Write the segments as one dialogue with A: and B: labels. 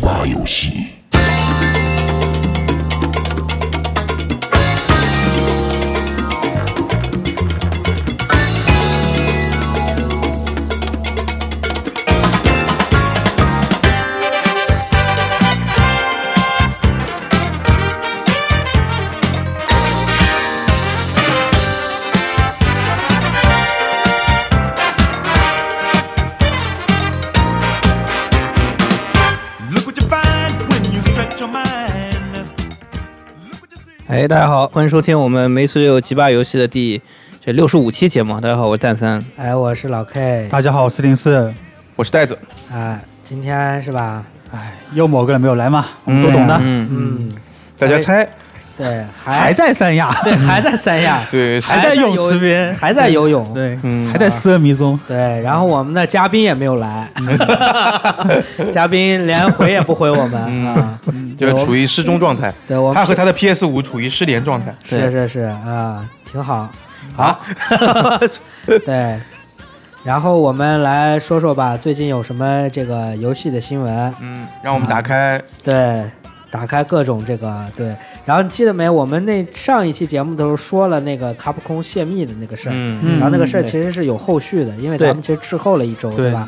A: 大游戏。
B: Look what you find when you stretch your mind. Look what you see.
C: 哎，大家好，欢迎收听我们《梅十六击霸游戏》的第这六十五期节目。大家好，我是蛋三。
D: 哎，我是老 K
E: 大家好，我四零四。
F: 我是袋子，
D: 啊，今天是吧？
E: 哎，又某个人没有来嘛，我们都懂的。
C: 嗯，
D: 嗯，
F: 大家猜，
D: 对，
E: 还
D: 还
E: 在三亚，
D: 对，还在三亚，
F: 对，
E: 还在泳池边，
D: 还在游泳，啊
E: 对，
C: 嗯
E: 还在色迷踪。
D: 对。然后我们的嘉宾也没有来，嘉宾连回也不回我们啊，
F: 就是处于失踪状态。
D: 对我
F: 他
D: 们
F: 和他的 PS 五处于失联状态。
D: 是是是啊，挺好， 好，对。然后我们来说说吧，最近有什么这个游戏的新闻？
F: 嗯，让我们打开
D: 对，打开各种这个对。然后你记得没？我们那上一期节目的时候说了那个卡普空泄密的那个事儿，
F: 嗯
D: 然后那个事儿
E: 对
D: 其实是有后续的，因为
E: 对
D: 咱们其实滞后了一周，
E: 对
D: 对吧？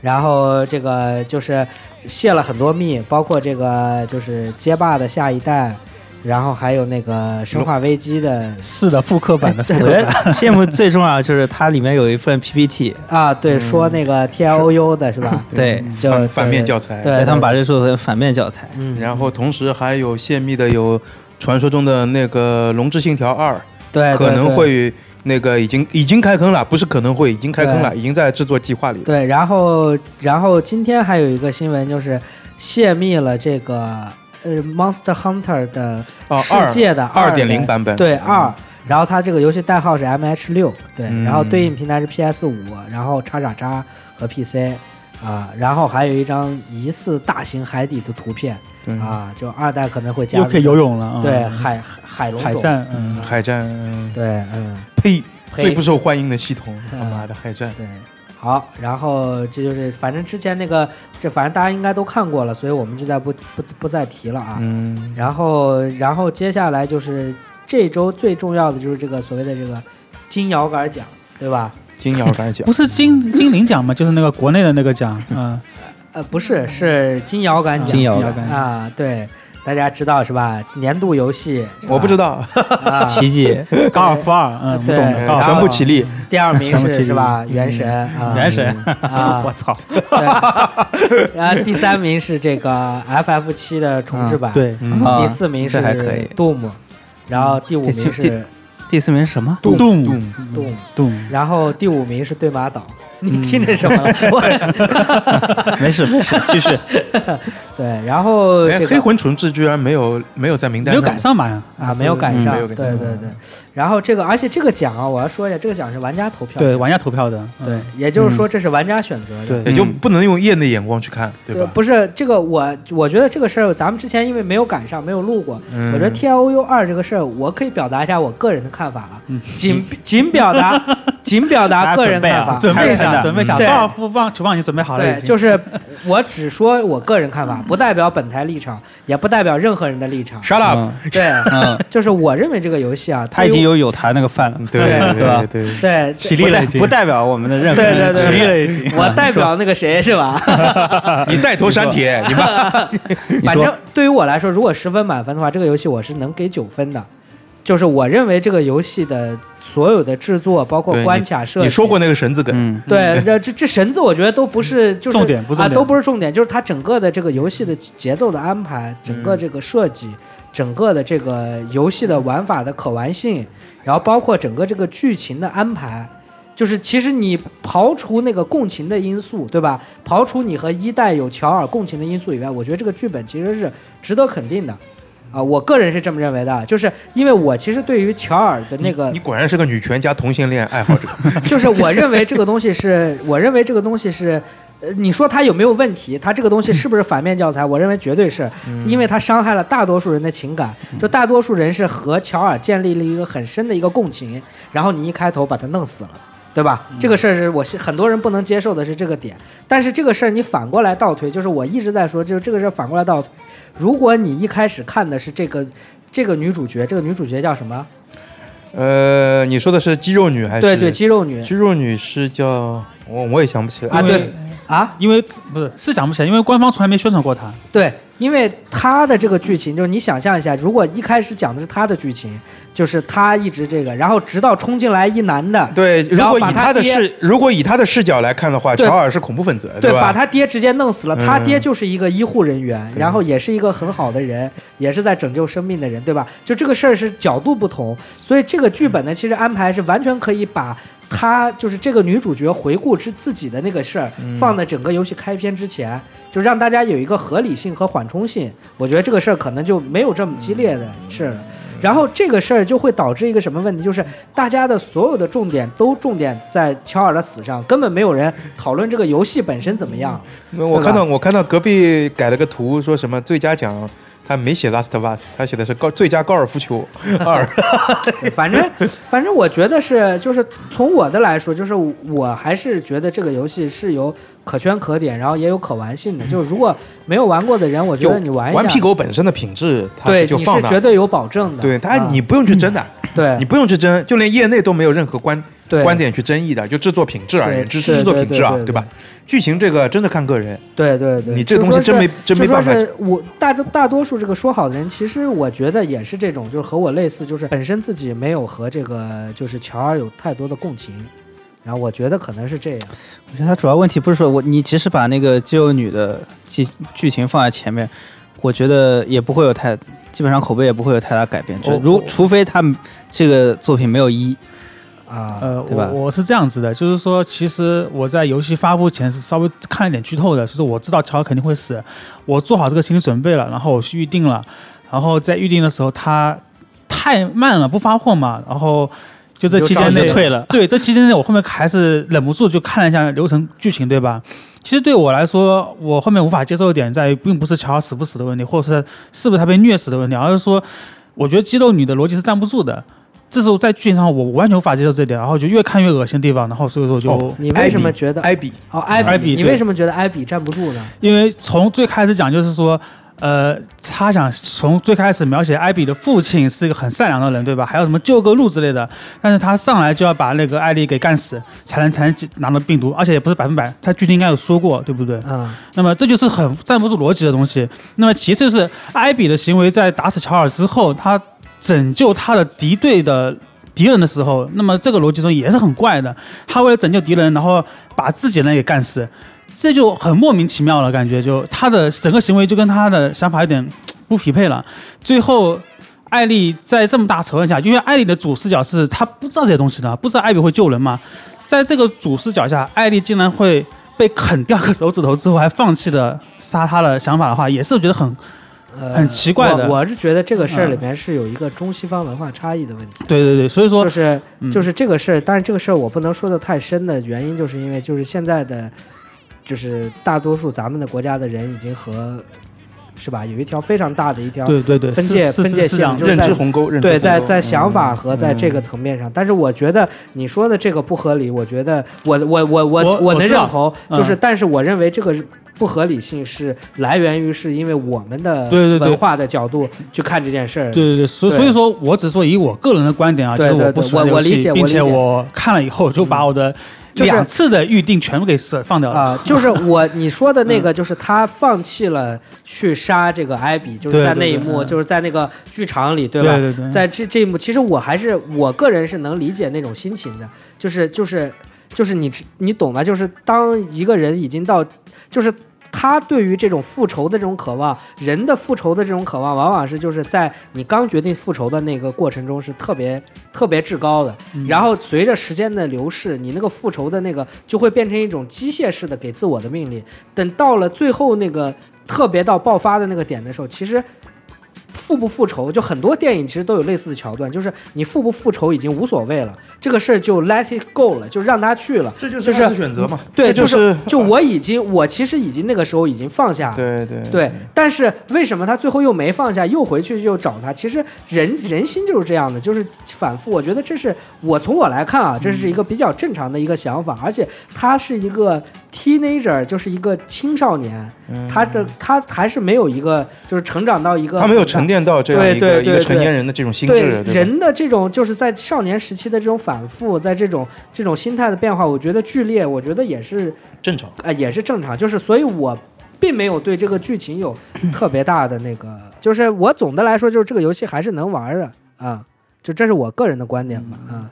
D: 然后这个就是泄了很多密，包括这个就是街霸的下一代，然后还有那个生化危机 的
E: 是的，复刻版的复
C: 我
E: 刻
C: 觉得
E: 版。
C: 羡慕最重要的就是它里面有一份 PPT，
D: 啊，对，说那个 T L O U 的是吧？
C: 对，
D: 就
F: 嗯 反反面教
D: 材，
F: 材，
D: 对
C: 他们把这做成反面教材。
D: 嗯，
F: 然后同时还有泄密的有传说中的那个《龙之信条二
D: 哎对》，对
F: 可能
D: 对
F: 会那个已经已经开坑了，不是可能会已经开坑了，已经在制作计划里了。
D: 对，然后然后今天还有一个新闻就是泄密了这个呃 Monster Hunter 的
F: 哦，
D: 世界的
F: 二
D: 的
F: 点零版本，
D: 对二。然后它这个游戏代号是 MH 六，对，
F: 嗯
D: 然后对应平台是 PS 五，然后叉叉叉和 PC，啊，然后还有一张疑似大型海底的图片，
F: 对
D: 啊，就二代可能会加
E: 又可以
D: 入
E: 游泳了啊！
D: 对海海海龙
E: 海
D: 种，
E: 战，嗯，
F: 海战，嗯
D: 对，嗯，
F: 呸，
D: 呸
F: 最不受欢迎的系统，他
D: 嗯
F: 妈的海战，
D: 对，好，然后这就是反正之前那个，这反正大家应该都看过了，所以我们就再不不不再提了啊。
F: 嗯，
D: 然后然后接下来就是这周最重要的就是这个所谓的这个金摇杆奖，对吧？
F: 金摇杆奖
E: 不，是金金铃奖嘛，就是那个国内的那个 奖，嗯，
D: 呃，不是，是金摇杆奖。
C: 金摇
E: 杆
D: 啊，对，大家知道是吧？年度游戏，
F: 我不知道，
D: 道 啊，
C: 奇迹，
E: 高尔夫二，嗯，我们
D: 对
E: 懂的。高尔夫
F: 全
E: 二
F: 部起立，
D: 第二名
E: 全部
D: 是
E: 记
D: 是
E: 住
D: 吧？原神啊，
C: 原神，
D: 啊，
C: 我操，
D: 对，然后第三名是这个 FF 七的重置版，
E: 对，
F: 嗯
C: 啊
D: 第四名是
C: 这还可以
D: Doom，然后第五名
C: 这嗯这
D: 是
C: 第四名是什么？
E: 动动
D: Doom，
E: 动，
D: 然后第五名是对马岛。嗯你听着什么？我
E: 没 事没事，继续，
D: 对，然后
F: 哎
D: 这，
F: 黑
D: 个
F: 魂纯志居然没有没有在名
E: 没
F: 单
E: 有
F: 上，
E: 赶上嘛呀？
D: 啊没有赶
F: 嗯
D: 上
F: 没有，
D: 对
F: 赶
D: 对对。然后这个，而且这个奖啊，我要说一下，这个奖是玩家投票
E: 对，
D: 奖，
E: 玩家投票的，嗯
D: 对，也就是说这是玩家选择的。
E: 对
F: 也就不能用业内眼光去看，对
D: 呃
F: 吧？
D: 不是这个我我觉得这个事儿，咱们之前因为没有赶上，没有录过。
F: 嗯
D: 我觉得 T L O U 二这个事儿，我可以表达一下我个人的看法啊，
E: 嗯
D: 仅仅表达 仅表达个人看法。
E: 嗯准备一下，准备一下，
D: 对
E: 高尔夫棒球棒已经准备好了，已
D: 对，
E: 经
D: 就是我只说我个人看法，不代表本台立场，也不代表任何人的立场。
F: Shut up！
C: 嗯
D: 对，
C: 嗯，
D: 就是我认为这个游戏啊，
C: 他
D: 对于
C: 已经有有他那个饭了，
D: 对
C: 对吧
F: 对对，
D: 对
E: 起立
C: 不
E: 了
C: 代
E: 已经，
C: 不代表我们的任何
D: 对对
C: 人起
D: 对
E: 起
C: 立
E: 立
C: 了
E: 了已经。
D: 我代表那个谁是吧？啊
F: 你带头删帖，你妈
C: 你
D: 反
C: 说
D: 正对于我来说，如果十分满分的话，这个游戏我是能给九分的。就是我认为这个游戏的所有的制作，包括
F: 对
D: 关卡设计，
F: 你说过那个绳子梗，
C: 嗯，
D: 对，这这这神字我觉得都不是就
E: 嗯
D: 是
E: 重点不重
D: 啊，
E: 点嗯
D: 都不是重点，就是它整个的这个游戏的节奏的安排，整个这个设计，整个的这个游戏的玩法的可玩性，然后包括整个这个剧情的安排。就是其实你刨除那个共情的因素，对吧？刨除你和一代有乔尔共情的因素以外，我觉得这个剧本其实是值得肯定的，啊、我个人是这么认为的，啊就是因为我其实对于乔尔的那个
F: 你果然是个女权加同性恋爱 好者。
D: 就是我认为这个东西是，我认为这个东西是，呃，你说它有没有问题？它这个东西是不是反面教材？我认为绝对是，因为它伤害了大多数人的情感。就大多数人是和乔尔建立了一个很深的一个共情，然后你一开头把他弄死了，对吧？这个事儿是我是很多人不能接受的是这个点，但是这个事儿你反过来倒推，就是我一直在说，就是这个事儿反过来倒推。如果你一开始看的是这个这个女主角，这个女主角叫什么？
F: 呃，你说的是肌肉女还是？
D: 对对，肌肉女
F: 肌肉女是叫我我也想不起来
D: 啊，
E: 因为
D: 对啊，
E: 因为不是是想不起来，因为官方从来没宣传过他。
D: 对，因为她的这个剧情就是你想象一下，如果一开始讲的是她的剧情，就是她一直这个，然后直到冲进来一男的，
F: 对，如
D: 然后
F: 果
D: 把
F: 以
D: 他
F: 他的
D: 爹
F: 视，如果以他的视角来看的话，
D: 对
F: 乔尔是恐怖分子，
D: 对，把
F: 吧？
D: 他爹直接弄死了。
F: 嗯
D: 他爹就是一个医护人员，然后也是一个很好的人，也是在拯救生命的人，对吧？就这个事儿是角度不同，所以这个剧本呢，其实安排是完全可以把她就是这个女主角回顾之自己的那个事儿，放在整个游戏开篇之前，就让大家有一个合理性和缓冲性。我觉得这个事儿可能就没有这么激烈的事儿了。然后这个事儿就会导致一个什么问题？就是大家的所有的重点都重点在乔尔的死上，根本没有人讨论这个游戏本身怎么样。
F: 那我
D: 对吧
F: 看到我看到隔壁改了个图，说什么最佳奖，他没写 Last of Us，他写的是高最佳高尔 夫球二。
D: 反 正反正我觉得是，就是从我的来说，就是我还是觉得这个游戏是有可圈可点，然后也有可玩性的。就是如果没有玩过的人，我觉
F: 嗯就
D: 得你玩一下，
F: 顽皮狗本身的品质，它
D: 对
F: 就
D: 你
F: 放
D: 是
F: 那
D: 绝
F: 儿。
D: 对有保证的。
F: 对它，
D: 啊
F: 你不用去争的，
D: 对
F: 你不用去争，就连业内都没有任何观
D: 嗯对
F: 观点去争议的，就制作品质而言，
D: 对
F: 只是制作
D: 对
F: 品质啊
D: 对，对
F: 对吧？剧情这个真的看个人，
D: 对对对，
F: 你这
D: 就
F: 东西
D: 说
F: 真
D: 是
F: 没真没办法
D: 就说是我大多大多数这个说好的人，其实我觉得也是这种，就是和我类似，就是本身自己没有和这个就是乔尔有太多的共情，然后我觉得可能是这样。
C: 我觉得他主要问题不是说我你即使把那个肌肉女的剧剧情放在前面，我觉得也不会有太基本上口碑也不会有太大改变，就
E: 哦
C: 如
E: 哦
C: 除非他这个作品没有一，
D: 啊、
E: 呃，
C: 对吧
E: 我我是这样子的，就是说，其实我在游戏发布前是稍微看了点剧透的，就是我知道乔尔肯定会死，我做好这个心理准备了，然后我去预定了，然后在预定的时候他太慢了，不发货嘛，然后就这期间
C: 你
E: 内
C: 就退了。
E: 对，这期间内我后面还是忍不住就看了一下流程剧情，对吧？其实对我来说，我后面无法接受的点在于，并不是乔尔死不死的问题，或者是是不是他被虐死的问题，而是说，我觉得肌肉女的逻辑是站不住的。这时候在剧情上，我我完全无法接受这一点，然后就越看越恶心的地方，然后所以说我就、
F: 哦
D: 你为什么觉得
F: 艾比，
D: 哦艾比
E: 艾比
D: 你
E: 对
D: 为什么觉得艾比站不住呢？
E: 因为从最开始讲就是说，呃，他想从最开始描写艾比的父亲是一个很善良的人，对吧？还有什么救个路之类的，但是他上来就要把那个艾丽给干死，才能才能拿到病毒，而且也不是百分百，他剧情应该有说过，对不对？
D: 啊、
E: 那么这就是很站不住逻辑的东西。那么其次是艾比的行为，在打死乔尔之后，他拯救他的敌对的敌人的时候，那么这个逻辑中也是很怪的。他为了拯救敌人，然后把自己人也干死，这就很莫名其妙了，感觉就他的整个行为就跟他的想法有点不匹配了。最后。艾丽在这么大仇恨下，因为艾丽的主视角是她不知道这些东西的，不知道艾比会救人嘛，在这个主视角下，艾丽竟然会被啃掉个手指头之后还放弃了杀他的想法的话，也是我觉得很
D: 呃，
E: 很奇怪的嗯
D: 我我是觉得这个事儿里面是有一个中西方文化差异的问题。
E: 对对对，所以说
D: 就是
E: 嗯
D: 就是这个事儿，但是这个事儿我不能说的太深的原因，就是因为就是现在的，就是大多数咱们的国家的人已经和，是吧？有一条非常大的一条
E: 对对对
D: 分界
E: 是是
D: 分界
E: 是是这样
D: 线，就
E: 的
D: 是
F: 认
D: 在
F: 知鸿沟，认知
D: 对
F: 鸿
D: 在
F: 沟
D: 在
F: 嗯
D: 想法和在这个层面上。但是我觉得你说的这个不合理，我觉得我我我
E: 我
D: 我能
E: 我知道
D: 认同，
E: 嗯
D: 就是但是我认为这个不合理性是来源于是因为我们的
E: 对对对
D: 文化的角度去看这件事儿。
E: 对对对，所以
D: 对
E: 所以说我只说以我个人的观点啊，就
D: 对
E: 是
D: 对
E: 我不
D: 对
E: 喜欢
D: 我
E: 游
D: 我理
E: 戏
D: 解，
E: 并
D: 我理
E: 且
D: 解嗯
E: 我看了以后就把我的
D: 就是
E: 两次的预定全部给舍放掉了。
D: 啊、 就是我你说的
E: 嗯
D: 那个，就是他放弃了去杀这个艾比，就是
E: 对
D: 在
E: 对
D: 那一
E: 对
D: 幕，
E: 嗯
D: 就是在那个剧场里，对
E: 对
D: 吧？
E: 对对，
D: 在这这一幕，其实我还是我个人是能理解那种心情的，就是就是就是你知你懂吧？就是当一个人已经到，就是他对于这种复仇的这种渴望，人的复仇的这种渴望，往往是就是在你刚决定复仇的那个过程中是特别特别至高的，
E: 嗯
D: 然后随着时间的流逝，你那个复仇的那个就会变成一种机械式的给自我的命令，等到了最后那个特别到爆发的那个点的时候，其实。复不复仇，就很多电影其实都有类似的桥段，就是你复不复仇已经无所谓了，这个事儿就 let it go 了，就让他去了。
F: 这就是二次选择嘛，
D: 对，
F: 这
D: 就是
F: 是
D: 就我已经，我其实已经那个时候已经放下了。
F: 对对
D: 对，但是为什么他最后又没放下，又回去又找他？其实人人心就是这样的，就是反复。我觉得这是我从我来看啊，这是一个比较正常的一个想法，而且他是一个 teenager，就是一个青少年，他的他还是没有一个就是成长到一个
F: 嗯他没有沉淀到这样
D: 对
F: 一
D: 对
F: 个
D: 对
F: 一个成年人的这种心智，
D: 对
F: 对吧
D: 人的这种就是在少年时期的这种反复，在这种这种心态的变化，我觉得剧烈，我觉得也是
F: 正常。
D: 呃，也是正常，就是所以我并没有对这个剧情有特别大的那个，就是我总的来说就是这个游戏还是能玩的啊，就这是我个人的观点吧
C: 嗯
D: 啊。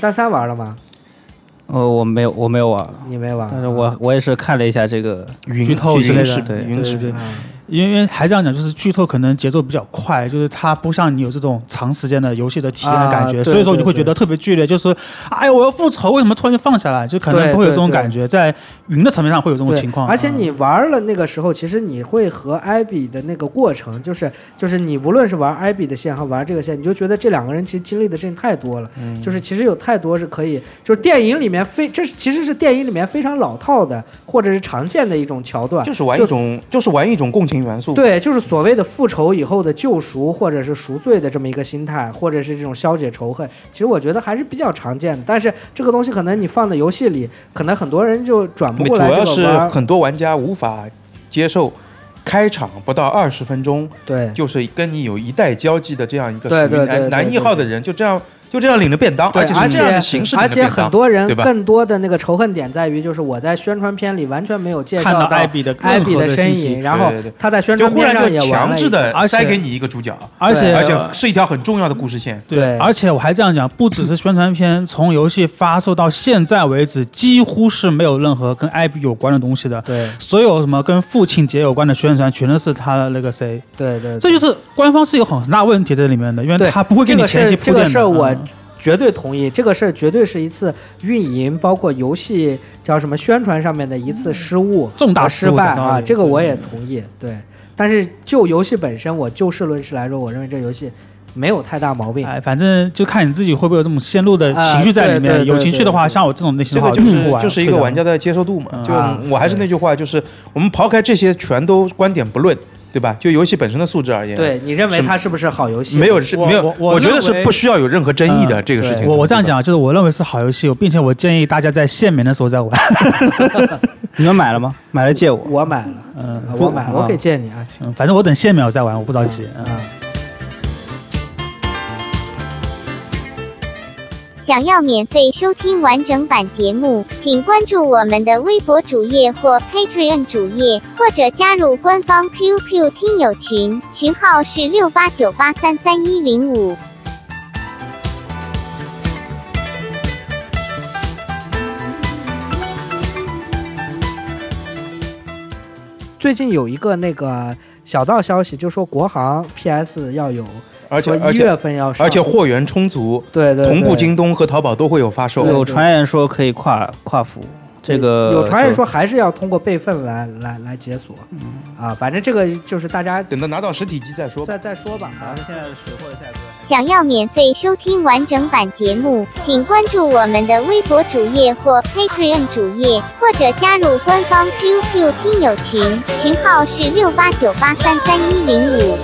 D: 大三玩了吗？哦
C: 呃，我没有，
D: 啊
C: 我没有玩，
D: 你没玩，
C: 但是我我也是看了一下这 个，
F: 云
E: 剧透之类的
F: 云是
C: 对
F: 云是
E: 对
D: 啊
E: 因为因为还这样讲，就是剧透可能节奏比较快，就是它不像你有这种长时间的游戏的体验的感觉，
D: 啊
E: 所
D: 对
E: 以说你会
D: 对对
E: 觉得特别剧烈，就是说哎呀我要复仇，为什么突然就放下来？就可
D: 对
E: 能不会有这种
D: 对对
E: 感觉，在云的层面上会有这种
D: 对
E: 情况。
D: 而且
E: 嗯
D: 你玩了那个时候，其实你会和艾比的那个过程，就是就是你无论是玩艾比的线和玩这个线，你就觉得这两个人其实经历的事情太多了，
F: 嗯
D: 就是其实有太多是可以，就是电影里面非这是其实是电影里面非常老套的或者是常见的一种桥段，
F: 就是玩一种，就是玩一种共情元素。
D: 对，就是所谓的复仇以后的救赎，或者是赎罪的这么一个心态，或者是这种消解仇恨，其实我觉得还是比较常见的。但是这个东西可能你放在游戏里，可能很多人就转不
F: 对，
D: 过
F: 主
D: 来
F: 要
D: 这
F: 是
D: 个玩。
F: 很多玩家无法接受开场不到二十分钟，
D: 对
F: 就是跟你有一代交际的这样一个
D: 对
F: 属于
D: 对对对
F: 男男一号的人，就这样就这样领着便当，
D: 对，
F: 且是这样的形式领
D: 而
F: 着
D: 且
F: 便
D: 很
F: 当。
D: 多人
F: 对吧
D: 更多的那个仇恨点在于，就是我在宣传片里完全没有介
E: 看
D: 绍
E: 到
D: 艾
E: 艾比的任
D: 艾比
E: 何
D: 的
E: 的信
D: 身
E: 息
D: 影，然后
F: 对对对
D: 他在宣
F: 就
D: 传
F: 忽
D: 片
F: 然
D: 上也
F: 就
D: 玩
F: 强
D: 了
F: 制
D: 一个。
F: 的
E: 而且
F: 塞给你一个主角，
E: 而且
D: 对
F: 而且是一条很重要的故事线。
D: 对
E: 而且我还这样讲，不只是宣传片，从游戏发售到现在为止，几乎是没有任何跟 IP 有关的东西的。
D: 对
E: 所有什么跟父亲节有关的宣传，全都是他的那个谁，
D: 对对，
E: 这就是官方是有很大问题在里面的，因为
D: 对
E: 他不会给
D: 这
E: 你
D: 个
E: 前期
D: 事
E: 铺
D: 这
E: 垫的。
D: 个事儿我
E: 嗯
D: 绝对同意，这个事儿绝对是一次运营包括游戏叫什么宣传上面的一次失误，
E: 重大
D: 和
E: 失
D: 失
E: 误
D: 败
E: 讲道
D: 啊，
E: 理
D: 这个我也同意。对，但是就游戏本身，我就事论事来说，我认为这游戏没有太大毛病。
E: 哎，反正就看你自己会不会有这种陷入的情绪在里面。
D: 啊对对
E: 有情绪的话，
D: 对对
E: 像我这种类型
F: 这
E: 的话，
F: 个就
E: 我不
F: 是
E: 玩
F: 就是一个玩。
E: 退
F: 家的接受度嘛。
E: 嗯
F: 就
D: 啊
F: 我还是那句话，就是我们刨开这些全都观点不论，对吧？就游戏本身的素质而言，，
D: 对你认为它是不是好游戏？
F: 没有是
E: 我
F: 没有，
E: 我我
F: 我觉得
E: 认为
F: 是不需要有任何争议的
E: 嗯
F: 这个事
E: 的
F: 情。
E: 我我这样
F: 对吧，
E: 讲，就是我认为是好游戏，并且我建议大家在限免的时候再玩。
C: 你们买了吗？买了借我。
D: 我买了，
E: 嗯
D: 啊我买了，
C: 不
D: 我可以借你啊。
E: 嗯，反正我等限免我再玩，我不着急。嗯
D: 啊，
A: 想要免费收听完整版节目，请关注我们的微博主页或 Patreon 主页，或者加入官方 QQ 听友群，群号是六八九八三三一零五。
D: 最近有一个那个小道消息，就说国行 PS 要有，
F: 而且
D: 说
F: 而
D: 一
F: 且
D: 月份要上，
F: 而且货源充足，
D: 对对
F: 同步
D: 对
F: 京东和淘宝都会有发售
D: 对。
C: 有传言说可以跨跨服，这个
D: 有传言说还是要通过备份来来来解锁，啊，反正这个就是大家
F: 等到拿到实体机再说
D: 再
F: 吧。
D: 再说吧啊。
C: 现在水货的价格。
A: 想要免费收听完整版节目，请关注我们的微博主页或 Patreon 主页，或者加入官方 QQ 听友群，群号是六八九八三三一零五。